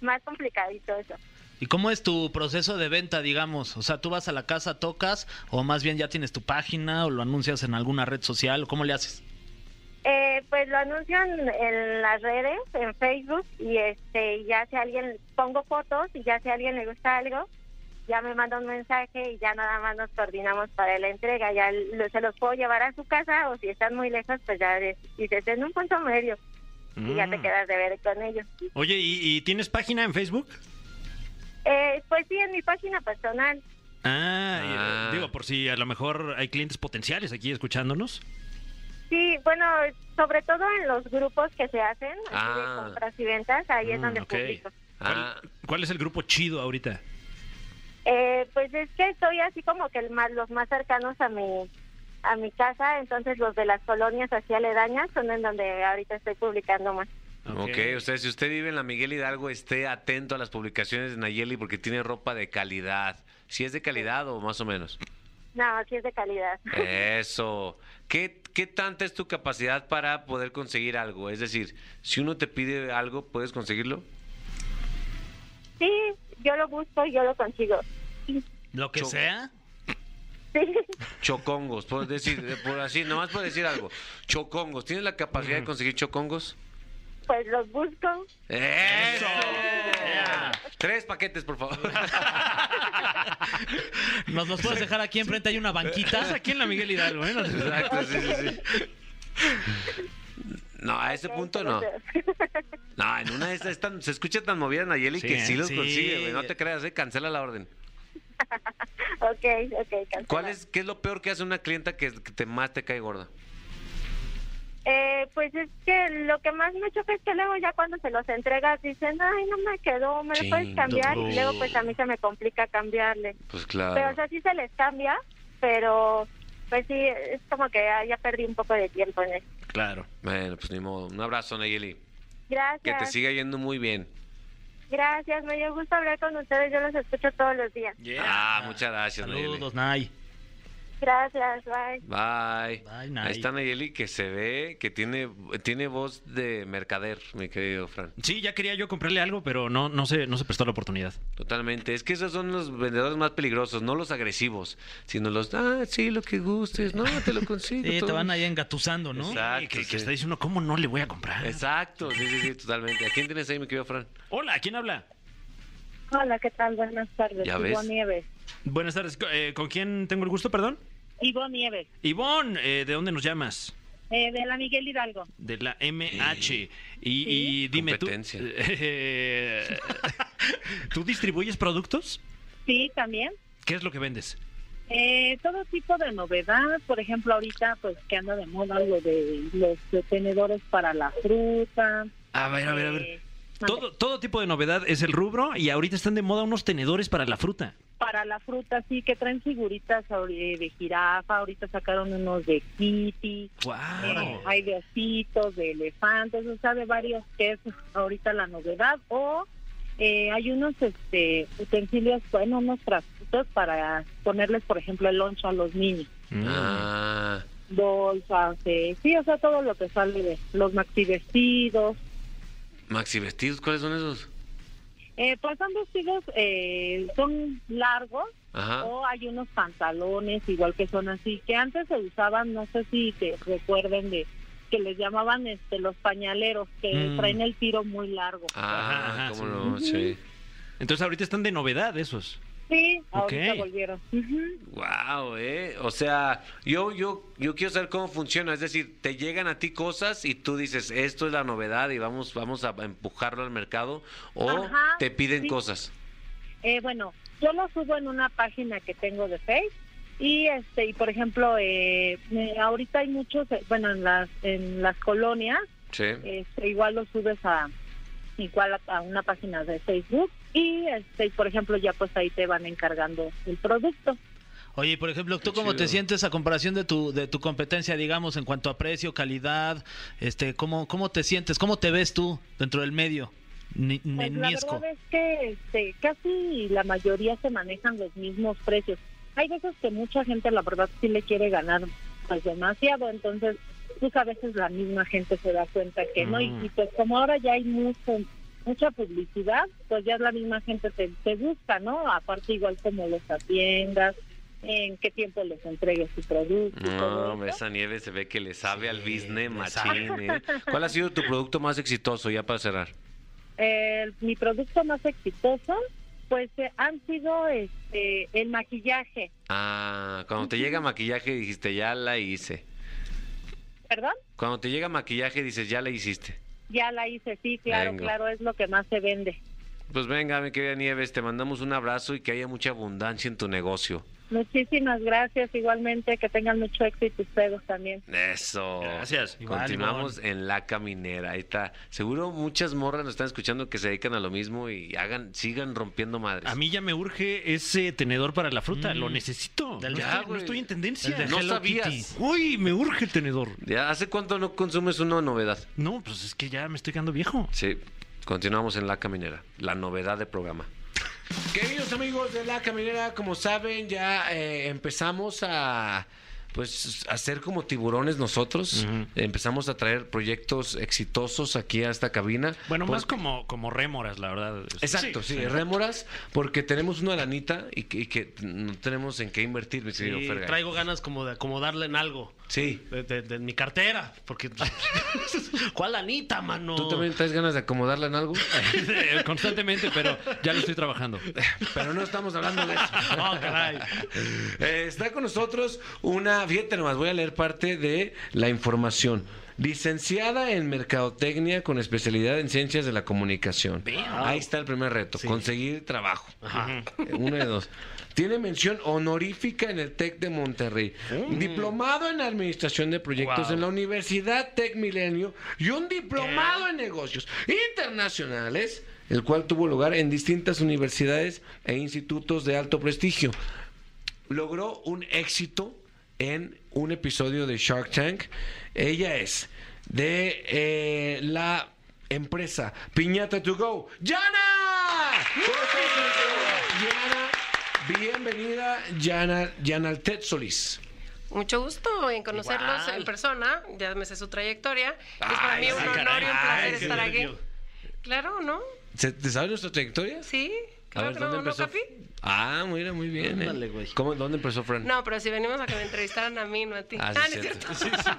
F: más complicadito eso.
C: ¿Y cómo es tu proceso de venta, digamos? O sea, tú vas a la casa, tocas, o más bien ya tienes tu página, o lo anuncias en alguna red social, o ¿cómo le haces?
F: Eh, pues lo anuncian en las redes, en Facebook, y este, y ya si alguien, pongo fotos y ya si a alguien le gusta algo, ya me manda un mensaje y ya nada más nos coordinamos para la entrega, ya lo- se los puedo llevar a su casa o si están muy lejos, pues ya des- dices en un punto medio y ya te
D: Mm.
F: quedas de ver con ellos.
D: Oye, ¿y, y tienes página en Facebook?
F: Eh, pues sí, en mi página personal,
D: Ah, y, eh,
B: Ah.
D: digo, por si a lo mejor hay clientes potenciales aquí escuchándonos.
F: sí, bueno, sobre todo en los grupos que se hacen, así
B: Ah.
F: de compras y ventas, ahí es
D: Mm,
F: donde
D: ok.
F: publico.
D: ¿Cuál,
B: Ah,
D: cuál es el grupo chido ahorita?
F: Eh, pues es que estoy así como que el más, los más cercanos a mi a mi casa, entonces los de las colonias así aledañas son en donde ahorita estoy publicando más.
B: ok, o sea, si usted vive en la Miguel Hidalgo, esté atento a las publicaciones de Nayeli porque tiene ropa de calidad. Si es de calidad o más o menos.
F: No, así es de calidad.
B: Eso. ¿Qué, ¿Qué tanta es tu capacidad para poder conseguir algo? Es decir, si uno te pide algo, ¿puedes conseguirlo?
F: Sí, yo lo busco y yo lo consigo.
C: Lo que
B: Yo-
C: sea.
F: Sí,
B: Chocongos, por decir, por así, nomás por decir algo. Chocongos, ¿tienes la capacidad de conseguir chocongos?
F: pues los busco.
B: ¡Eso! Tres paquetes, por favor.
C: ¿Nos los puedes dejar aquí enfrente? Hay una
D: Estás
C: banquita.
D: aquí en la Miguel Hidalgo, ¿eh? No te-
B: Exacto, sí, sí, sí. No, a ese punto no. No, en una de esas es tan- se escucha tan movida Nayeli
D: Sí,
B: que sí
D: ¿eh?
B: los
D: Sí.
B: consigue, güey. No te creas, eh, cancela la orden.
F: ok, ok. cancela.
B: ¿Cuál es, qué es lo peor que hace una clienta que, que te más te cae gorda?
F: Eh, pues es que lo que más me choca es que luego ya cuando se los entregas dicen, ay, no me quedó, me lo puedes
B: Chin,
F: cambiar y luego pues a mí se me complica cambiarle.
B: Pues
F: Pero, o
B: claro.
F: sea, sí se les cambia, pero pues sí, es como que ah, ya, ya perdí un poco de tiempo en eso.
D: Claro.
B: Bueno, pues ni modo. Un abrazo, Nayeli. Que
F: Gracias.
B: te siga yendo muy bien.
F: Gracias, me dio gusto hablar con ustedes, yo los escucho todos los días.
B: Ah, muchas gracias, Nayeli.
C: Saludos, Nay.
F: Gracias, bye.
B: Bye.
C: Bye, Nay.
B: Ahí está Nayeli que se ve que tiene, tiene voz de mercader, mi querido Fran.
D: Sí, ya quería yo comprarle algo, pero no, no, se, no se prestó la oportunidad.
B: Totalmente. Es que esos son los vendedores más peligrosos, no los agresivos, sino los, ah, sí, lo que gustes, no, te lo consigo.
C: Sí, te
B: todo".
C: van ahí engatusando, ¿no?
B: Exacto.
D: Sí, que, que
B: sí.
D: está diciendo, ¿cómo no le voy a comprar?
B: Exacto, sí, sí, sí, totalmente. ¿A quién tienes ahí, mi querido Fran?
D: Hola, ¿quién habla?
F: Hola, ¿qué tal? Buenas tardes,
B: ¿Ya ves? Ivo
F: Nieves.
D: Buenas tardes. co- eh, ¿Con quién tengo el gusto, perdón?
F: Ivo Nieves,
D: Ivonne, eh, ¿de dónde nos llamas?
G: eh,
F: de la Miguel Hidalgo.
D: De la MH. Y, y dime tú.
B: Competencia.
D: eh, ¿Tú distribuyes productos?
F: Sí, también.
D: ¿Qué es lo que vendes?
F: Eh, todo tipo de novedad, por ejemplo, ahorita pues que anda de moda algo de los tenedores para la fruta.
D: A ver, a ver, a ver.
F: eh,
D: Todo, todo tipo de novedad es el rubro y ahorita están de moda unos tenedores para la fruta.
F: para la fruta, sí, que traen figuritas ahori- eh, de jirafa, ahorita sacaron unos de kitty, eh,
D: ¡Wow!
F: hay de ositos, de elefantes, o sea, de varios que es ahorita la novedad, o
G: eh, hay unos este, utensilios, bueno, unos frasquitos para ponerles, por ejemplo, el loncho a los niños.
D: Mm.
B: Ah,
G: Bolsas, eh, sí, o sea, todo lo que sale de los maxi vestidos.
B: maxi vestidos, ¿cuáles son esos?
G: Eh, pues son vestidos, eh, son largos
D: Ah.
B: Ajá.
G: o hay unos pantalones igual que son así, que antes se usaban, no sé si te recuerden de que les llamaban este los pañaleros, que
D: Mm.
G: traen el tiro muy largo.
B: Ah,
D: Ajá,
B: cómo
D: sí.
B: no, sí.
D: Entonces ahorita están de novedad esos.
G: Sí, ahorita
D: Ok.
G: volvieron. Ujú.
B: Wow, eh. O sea, yo, yo, yo quiero saber cómo funciona. Es decir, te llegan a ti cosas y tú dices, esto es la novedad y vamos, vamos a empujarlo al mercado. O
G: Ajá,
B: te piden
G: sí.
B: cosas.
G: Eh, bueno, yo lo subo en una página que tengo de Face y este y por ejemplo eh, eh, ahorita hay muchos eh, bueno en las en las colonias
B: Sí.
G: este, igual lo subes a igual a, a una página de Facebook y este y, por ejemplo ya pues ahí te van encargando el producto
C: Oye, y por ejemplo, ¿tú
B: Qué
C: cómo te
B: chido.
C: sientes a comparación de tu, de tu competencia, digamos, en cuanto a precio, calidad? este ¿Cómo, cómo te sientes? ¿Cómo te ves tú dentro del medio? Ni,
G: Pues, la
C: niesco.
G: verdad es que este, casi la mayoría se manejan los mismos precios hay veces que mucha gente la verdad sí le quiere ganar pues demasiado entonces pues a veces la misma gente se da cuenta que no y,
D: Mm.
G: y, pues como ahora ya hay mucho mucha publicidad pues ya la misma gente te, te busca no aparte igual como los atiendas en qué tiempo les entregues tu producto y todo
B: No, hombre,
G: eso.
B: esa nieve se ve que le sabe al business
D: le
B: machín. ¿eh? ¿Cuál ha sido tu producto más exitoso ya para cerrar?
G: Eh, mi producto más exitoso pues eh, han sido este el maquillaje
B: Ah, cuando te llega maquillaje dijiste, ya la hice.
G: perdón
B: Cuando te llega maquillaje dices, ya la hiciste.
G: Ya la hice, sí, claro,
B: Venga.
G: claro, es lo que más se vende.
B: Pues venga, mi querida Nieves, te mandamos un abrazo y que haya mucha abundancia en tu negocio.
G: Muchísimas gracias, igualmente, que tengan mucho éxito ustedes también.
B: Eso.
D: Gracias. Igual,
B: Continuamos en la caminera. Ahí está. Seguro muchas morras nos están escuchando que se dedican a lo mismo y hagan, sigan rompiendo madres.
D: A mí ya me urge ese tenedor para la fruta.
C: Mm.
D: Lo necesito.
C: Del-
D: no,
C: Ya,
D: estoy, no
B: güey.
D: estoy en tendencia.
C: El de
B: no
C: Hello
B: sabías.
C: Kitty.
D: Uy, me urge el tenedor.
B: ¿Ya ¿Hace cuánto no consumes una novedad?
D: No, pues es que ya me estoy quedando viejo.
B: Sí, continuamos en La Caminera, la novedad del programa. Queridos amigos de La Caminera, como saben, ya eh, empezamos a pues a ser como tiburones nosotros.
D: Ujú.
B: Empezamos a traer proyectos exitosos aquí a esta cabina.
D: Bueno, más
B: Porque-
D: como, como rémoras, la verdad.
B: Exacto, sí,
D: Pues- sí.
B: rémoras, porque tenemos una lanita y que, y que no tenemos en qué invertir, mi querido
H: Sí,
B: Fergay.
H: traigo ganas como de acomodarle en algo.
B: Sí.
H: De, de- de mi cartera, porque... ¿Cuál Anita, mano?
B: ¿Tú también traes ganas de acomodarla en algo?
D: Eh, Constantemente, pero ya lo estoy trabajando.
B: Pero no estamos hablando de eso.
H: Oh, caray.
B: Eh, está con nosotros una, fíjate nomás, voy a leer parte de la información. Licenciada en Mercadotecnia con especialidad en Ciencias de la Comunicación. Ahí está el primer reto, conseguir trabajo. Eh, Uno de dos. Tiene mención honorífica en el TEC de Monterrey.
D: Mm.
B: Diplomado en Administración de Proyectos
H: Wow.
B: en la Universidad TEC Milenio y un diplomado en Negocios Internacionales, el cual tuvo lugar en distintas universidades e institutos de alto prestigio logró un éxito en un episodio de Shark Tank. Ella es de eh, la empresa Piñata To Go, Yana. Yana, bienvenida, Yana, Yana Altet Solís.
I: Mucho gusto en conocerlos
H: Igual.
I: en persona, ya me sé su trayectoria. es para
B: Ay,
I: mí un
B: sí,
I: honor y un
B: caray.
I: placer
B: Ay, qué
I: estar aquí.
H: nervio.
I: Claro, ¿no?
B: ¿Se- ¿Te sabes nuestra trayectoria?
I: Sí, claro que no, ¿no, Capi?
B: Ah, mira, muy bien. eh.
H: Ándale, güey.
B: ¿Cómo, ¿Dónde empezó Fran?
I: No, pero si venimos a que me entrevistaran a mí, no a ti.
B: Ah,
I: Ah,
B: sí,
I: no es
B: cierto.
I: cierto.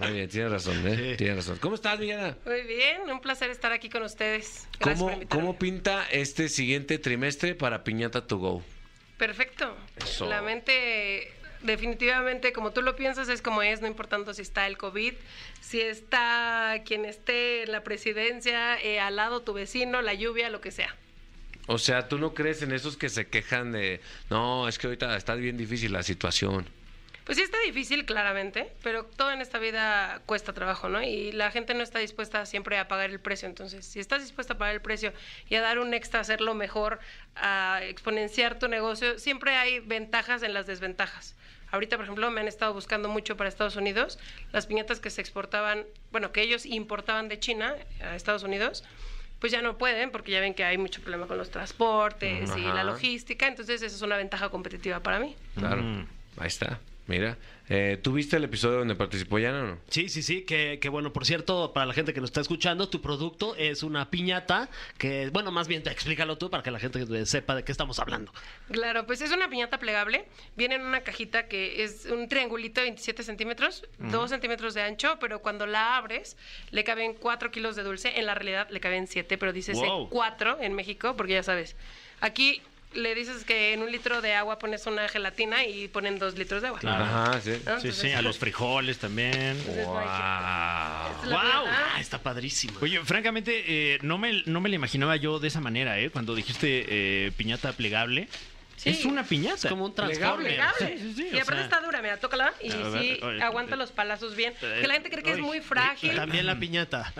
B: Muy bien, tienes razón, ¿eh? Tienes razón. ¿Cómo estás, Yana?
I: Muy bien, un placer estar aquí con ustedes. Gracias
B: ¿Cómo,
I: por invitarme.
B: ¿Cómo pinta este siguiente trimestre para Piñata To Go?
I: Perfecto.
B: Eso.
I: La mente definitivamente como tú lo piensas es como es, no importando si está el COVID, si está quien esté en la presidencia, eh, al lado tu vecino, la lluvia, lo que sea.
B: O sea, ¿tú no crees en esos que se quejan de, no, es que ahorita está bien difícil la situación?
I: Pues sí está difícil, claramente, pero todo en esta vida cuesta trabajo, ¿no? Y la gente no está dispuesta siempre a pagar el precio. Entonces, si estás dispuesta a pagar el precio y a dar un extra, hacerlo mejor, a exponenciar tu negocio, siempre hay ventajas en las desventajas. Ahorita, por ejemplo, me han estado buscando mucho para Estados Unidos. Las piñatas que se exportaban, bueno, que ellos importaban de China a Estados Unidos, pues ya no pueden porque ya ven que hay mucho problema con los transportes y
B: Ajá.
I: la logística. Entonces, esa es una ventaja competitiva para mí.
B: Claro.
D: Mm.
B: Ahí está. Mira. Eh, ¿Tú viste el episodio donde participó Yana o no?
J: Sí, sí, sí, que, que bueno, por cierto, para la gente que nos está escuchando, tu producto es una piñata que, bueno, más bien te explícalo tú para que la gente sepa de qué estamos hablando.
I: Claro, pues es una piñata plegable. Viene en una cajita que es un triangulito de 27 centímetros, 2 centímetros de ancho, pero cuando la abres le caben 4 kilos de dulce. En la realidad le caben 7, pero dices
J: Wow.
I: 4 en México, porque ya sabes. Aquí le dices que en un litro de agua pones una gelatina y ponen 2 litros de agua.
D: Claro.
B: Ajá, sí.
I: ¿no? pues,
D: Sí,
I: Entonces,
D: sí, a los frijoles también.
I: entonces no hay que- Esta es la
J: ¡Wow!
I: piñata.
J: Ah, está padrísimo.
D: Oye, francamente, eh, no, me, no me la imaginaba yo de esa manera, ¿eh? Cuando dijiste eh, piñata plegable.
I: Sí.
D: Es una piñata.
J: Es como un transformer.
I: Plegable. plegable.
D: Sí, sí, sí,
I: y
D: o
I: aparte
D: sea.
I: está dura, mira, tócala y
D: A ver,
I: sí
D: oye,
I: aguanta
D: eh,
I: los palazos bien.
D: eh,
I: Que la gente cree que es
D: oye,
I: muy
D: eh,
I: frágil.
J: También la piñata.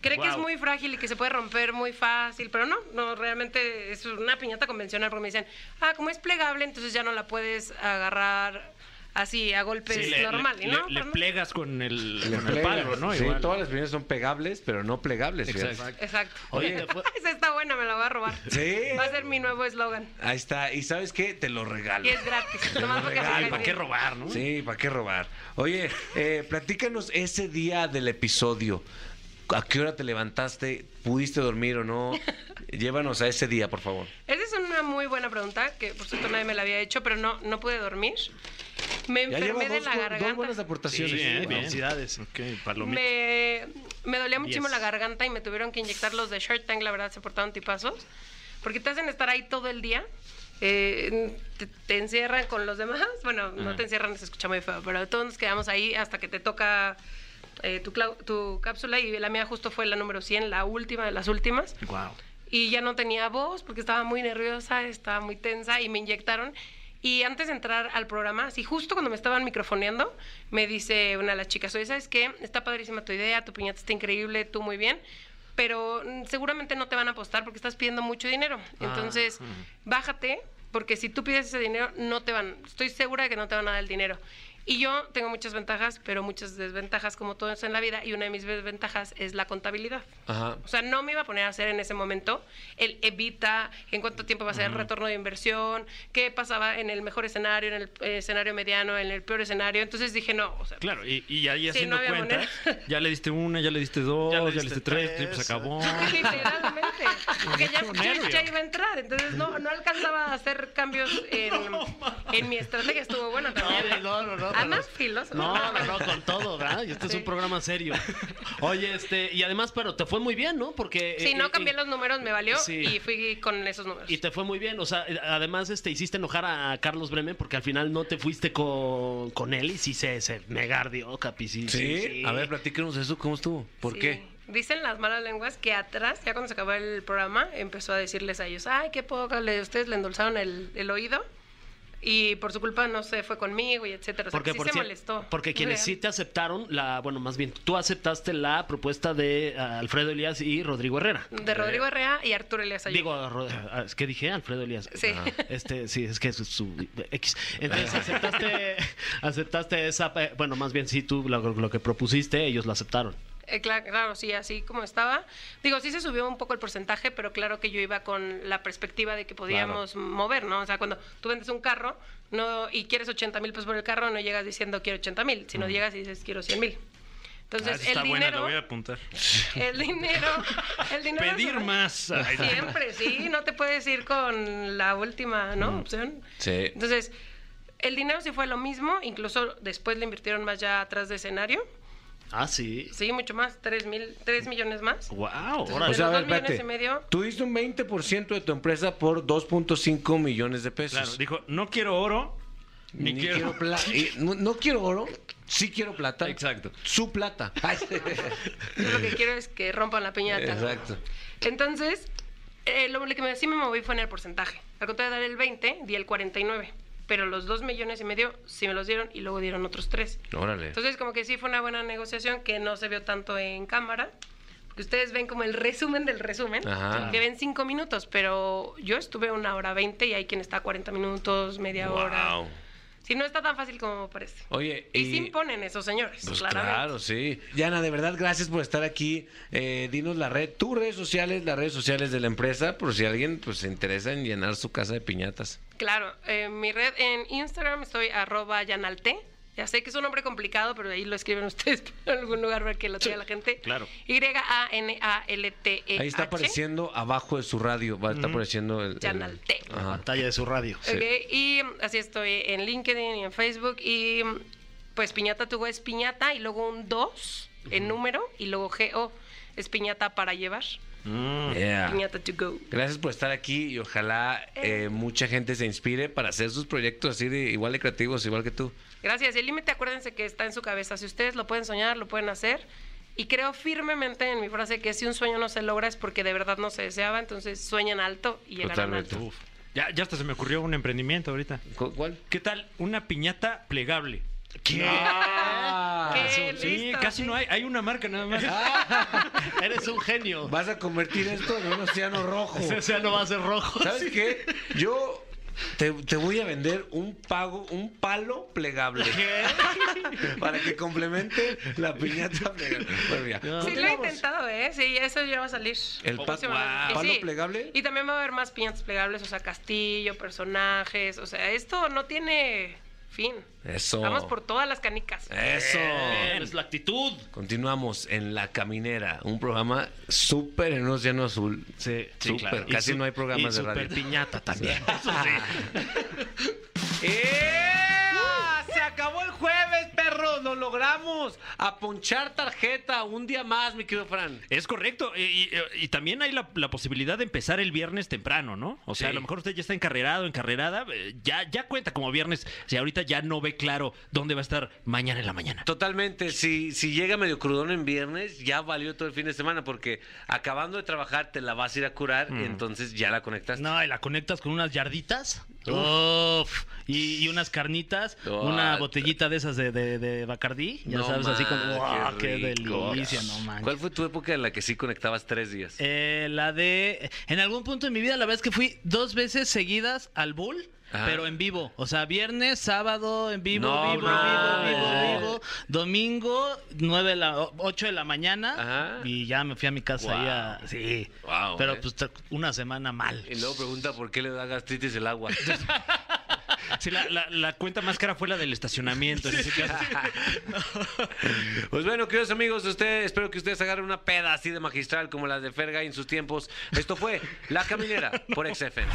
I: Cree que es
D: Wow.
I: muy frágil y que se puede romper muy fácil, pero no, no, realmente es una piñata convencional, porque me dicen, ah, como es plegable, entonces ya no la puedes agarrar así a golpes
D: Sí, le-
I: normal,
D: le,
I: ¿y no?
D: le- le
I: Pero no.
D: plegas con el,
B: Le
D: con el
B: plegas.
D: palo, ¿no?
B: Sí,
D: Igual.
B: todas las piñatas son pegables, pero no plegables. fíjate.
D: Exacto.
I: Exacto.
J: Oye, te fue-
I: Esa está buena, me la voy a robar.
B: Sí.
I: Va a ser mi nuevo eslogan.
B: Ahí está. ¿Y sabes qué? Te lo regalo.
I: Y es gratis. Nomás porque me
J: Ah,
B: regalo,
I: cae
D: ¿Para qué
I: bien.
D: robar, no?
B: Sí, ¿para qué robar? Oye, eh, platícanos ese día del episodio. ¿A qué hora te levantaste? ¿Pudiste dormir o no? Llévanos a ese día, por favor.
I: Esa es una muy buena pregunta, que por cierto nadie me la había hecho, pero no, no pude dormir. Me
B: Ya
I: enfermé
B: llevo
I: de
B: dos,
I: la
B: dos
I: garganta.
B: buenas aportaciones.
D: Sí, bien,
B: Wow.
D: bien.
J: eh, Felicidades.
D: Ok, palomita.
I: Me, me dolía muchísimo
D: Diez.
I: la garganta y me tuvieron que inyectar los de Shark Tank, la verdad se portaron tipazos, porque te hacen estar ahí todo el día, eh, te, te encierran con los demás, bueno, no te encierran, se escucha muy feo, pero todos nos quedamos ahí hasta que te toca eh, tu, clau- tu cápsula y la mía justo fue la número 100, la última de las últimas,
D: Wow.
I: y ya no tenía voz porque estaba muy nerviosa, estaba muy tensa y me inyectaron. Y antes de entrar al programa, así justo cuando me estaban microfoneando, me dice una de las chicas, oye, ¿sabes qué? Está padrísima tu idea, tu piñata está increíble, tú muy bien, pero mm, seguramente no te van a apostar porque estás pidiendo mucho dinero. Entonces, bájate, porque si tú pides ese dinero, no te van, estoy segura de que no te van a dar el dinero. Y yo tengo muchas ventajas, pero muchas desventajas, como todo eso en la vida, y una de mis desventajas es la contabilidad.
B: Ajá.
I: O sea, no me iba a poner a hacer en ese momento el evita, en cuánto tiempo va a ser el retorno de inversión, qué pasaba en el mejor escenario, en el eh, escenario mediano, en el peor escenario. Entonces dije, no, o sea,
D: Claro, y, y ahí
I: Sí,
D: haciendo
I: no había
D: cuentas,
I: manera.
D: ya le diste una, ya le diste dos, ya le diste, tres, pues, se acabó.
I: literalmente, porque ya,
D: Mucho
I: yo
D: nervio.
I: ya iba a entrar. Entonces no, no alcanzaba a hacer cambios en, en mi estrategia. Estuvo buena también. ¿eh?
J: No, no, no, no,
I: Además,
J: pero-
I: filos.
J: No, no, no, con todo, ¿verdad? Y este es
I: Sí.
J: un programa serio. Oye, este, y además, pero te fue muy bien, ¿no? Porque.
I: Si
J: eh,
I: no
J: eh,
I: cambié
J: eh,
I: los números, me valió
J: Sí.
I: y fui con esos números.
J: Y te fue muy bien, o sea, eh, además este, hiciste enojar a Carlos Bremen porque al final no te fuiste con, con él y sí se, se megardió, Capi. Sí,
B: ¿Sí? A ver, platícanos eso. ¿Cómo estuvo? ¿Por
I: Sí.
B: qué?
I: Dicen las malas lenguas que atrás, ya cuando se acabó el programa, empezó a decirles a ellos, ay, qué poco, le, ustedes le endulzaron el, el oído y por su culpa no se fue conmigo y etcétera. O sea,
J: Porque,
I: que sí
J: por
I: se
J: cier-
I: molestó.
J: porque quienes
I: Real.
J: sí te aceptaron, la bueno, más bien, tú aceptaste la propuesta de ah, Alfredo Elías y Rodrigo Herrera.
I: De Rodrigo Herrera y Arturo Elias Ayub.
J: Digo, Ro- ah, es que dije Alfredo Elías.
I: Sí.
J: Ah, Este, sí, es que es su X. Entonces aceptaste, aceptaste esa, eh, bueno, más bien sí, tú lo, lo que propusiste, ellos lo aceptaron.
I: Eh, cla- claro, sí, así como estaba. Digo, sí se subió un poco el porcentaje, pero claro que yo iba con la perspectiva de que podíamos mover, ¿no? O sea, cuando tú vendes un carro no y quieres 80 mil pesos por el carro, no llegas diciendo quiero 80 mil, sino
J: Mm.
I: llegas y dices quiero 100 mil.
D: Ah,
I: Entonces,
D: esa está
I: el
D: buena, la
I: dinero...
D: voy a apuntar.
I: El dinero, el dinero. se
D: Pedir
I: va-
D: más. Ay,
I: Siempre, sí, no te puedes ir con la última,
D: Mm.
I: ¿no? Opción.
B: Sí.
I: Entonces, el dinero sí fue lo mismo, incluso después le invirtieron más ya atrás de escenario.
J: Ah, sí.
I: Sí, mucho más, 3, mil, 3 millones más.
D: Wow.
I: Entonces, de
B: O sea,
I: los
B: a
I: dos
B: ver,
I: millones
B: espérate.
I: y medio.
B: Tú diste un 20% de tu empresa por 2.5 millones de pesos.
D: Claro, dijo, no quiero oro, ni, quiero...
B: pla- eh, no, no quiero oro, sí quiero plata.
D: Exacto.
B: Su plata. Ay, sí.
I: Yo lo que quiero es que rompan la piñata.
B: Exacto.
I: Entonces, eh, lo que me, sí me moví fue en el porcentaje. Al contrario de dar el 20, di el 49. Pero los 2 millones y medio sí me los dieron y luego dieron otros 3.
B: Órale.
I: Entonces, como que sí fue una buena negociación que no se vio tanto en cámara. Porque ustedes ven como el resumen del resumen,
B: Ajá.
I: que ven 5 minutos, pero yo estuve una hora 20 y hay quien está 40 minutos, media hora.
B: Wow.
I: Si no está tan fácil como parece.
B: Oye,
I: Y, se imponen esos señores,
B: Pues
I: claramente.
B: claro, sí. Yana, de verdad, gracias por estar aquí. Eh, dinos la red, tus redes sociales, las redes sociales de la empresa, por si alguien pues, se interesa en llenar su casa de piñatas.
I: Claro, eh, mi red en Instagram estoy arroba yanalte. Ya sé que es un nombre complicado, pero ahí lo escriben ustedes en algún lugar para que lo tenga la gente.
D: claro.
I: Y-A-N-A-L-T-E.
B: Ahí está apareciendo abajo de su radio, va a estar apareciendo el. el-
I: Yanalte.
J: La
B: Ajá.
J: pantalla de su radio.
B: Sí.
I: Ok, y mm, así estoy en LinkedIn y en Facebook. Y mm, pues piñata tu es piñata y luego un 2 en número y luego G-O es piñata para llevar.
B: Yeah.
I: Piñata to go.
B: Gracias por estar aquí y ojalá eh, mucha gente se inspire para hacer sus proyectos así de igual de creativos, igual que tú.
I: Gracias. El límite, acuérdense que está en su cabeza. Si ustedes lo pueden soñar, lo pueden hacer. Y creo firmemente en mi frase que si un sueño no se logra es porque de verdad no se deseaba. Entonces sueñen alto y llegarán
B: Totalmente.
I: alto.
D: Uf. Ya, ya hasta se me ocurrió un emprendimiento ahorita.
B: ¿Cu- ¿Cuál?
D: ¿Qué tal? Una piñata plegable.
J: ¿Qué?
I: Ah,
B: Ah,
I: ¡Qué
D: Sí,
I: Ah, listo!
D: casi no hay. Hay una marca nada más.
J: Eres un genio.
B: Vas a convertir esto en un océano rojo.
J: Ese océano va a ser rojo.
B: ¿Sabes qué? Yo te, te voy a vender un pago, un palo plegable. Para que complemente la piñata plegable. Bueno, ya.
I: Sí, lo he
B: Continuamos.
I: intentado, ¿eh? Sí, eso ya va a salir.
B: El pa-
I: Próximamente.
B: wow.
I: Y
B: ¿Palo plegable?
I: Y también va a haber más piñatas plegables, o sea, castillo, personajes. O sea, esto no tiene fin.
B: Eso.
I: Vamos por todas las canicas.
B: Eso.
J: Bien, Es la actitud.
B: Continuamos en La Caminera, un programa súper en un océano azul.
J: Sí,
B: Súper, casi no hay programas de radio.
J: piñata también.
B: ¡Ea! Se acabó el jueves, perros. Lo logramos. A ponchar tarjeta un día más, mi querido Fran.
D: Es correcto. Y, y- y también hay la, la posibilidad de empezar el viernes temprano, ¿no? O sea,
B: Sí.
D: a lo mejor usted ya está encarrerado, encarrerada. eh, Ya, ya cuenta como viernes. Si ahorita ya no ve claro dónde va a estar mañana en la mañana.
B: Totalmente, si, si llega medio crudón en viernes, ya valió todo el fin de semana, porque acabando de trabajar te la vas a ir a curar y entonces ya la conectas.
C: No, y la conectas con unas yarditas. Uf. Y, y unas carnitas.
B: Ah,
C: una botellita de esas de, de, de Bacardí. Ya
B: No
C: sabes, así como.
B: manches,
C: ¡Wow! ¡Qué,
B: rico.
C: delicia! No manches.
B: ¿Cuál fue tu época en la que sí conectabas tres días?
C: Eh, la de. En algún punto de mi vida, la verdad es que fui dos veces seguidas al Bull.
B: Ajá.
C: Pero en vivo, o sea, viernes, sábado, en vivo,
B: No
C: vivo,
B: mames.
C: vivo, vivo, vivo, domingo, 9 de la, 8 de la mañana,
B: Ajá.
C: y ya me fui a mi casa ahí a- Sí,
B: Wow,
C: pero
B: eh.
C: pues tra- una semana mal.
B: Y luego pregunta por qué le da gastritis el agua.
D: Sí, la, la- la cuenta más cara fue la del estacionamiento. en ese caso.
B: Pues bueno, queridos amigos, ustedes, espero que ustedes agarren una peda así de magistral como las de Ferga en sus tiempos. Esto fue La Caminera por XFM.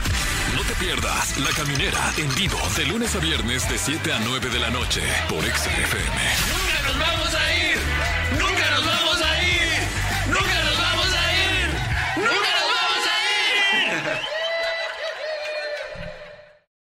A: No te pierdas La Caminera en vivo de lunes a viernes de 7 a 9 de la noche por XFM.
D: ¡Nunca nos vamos!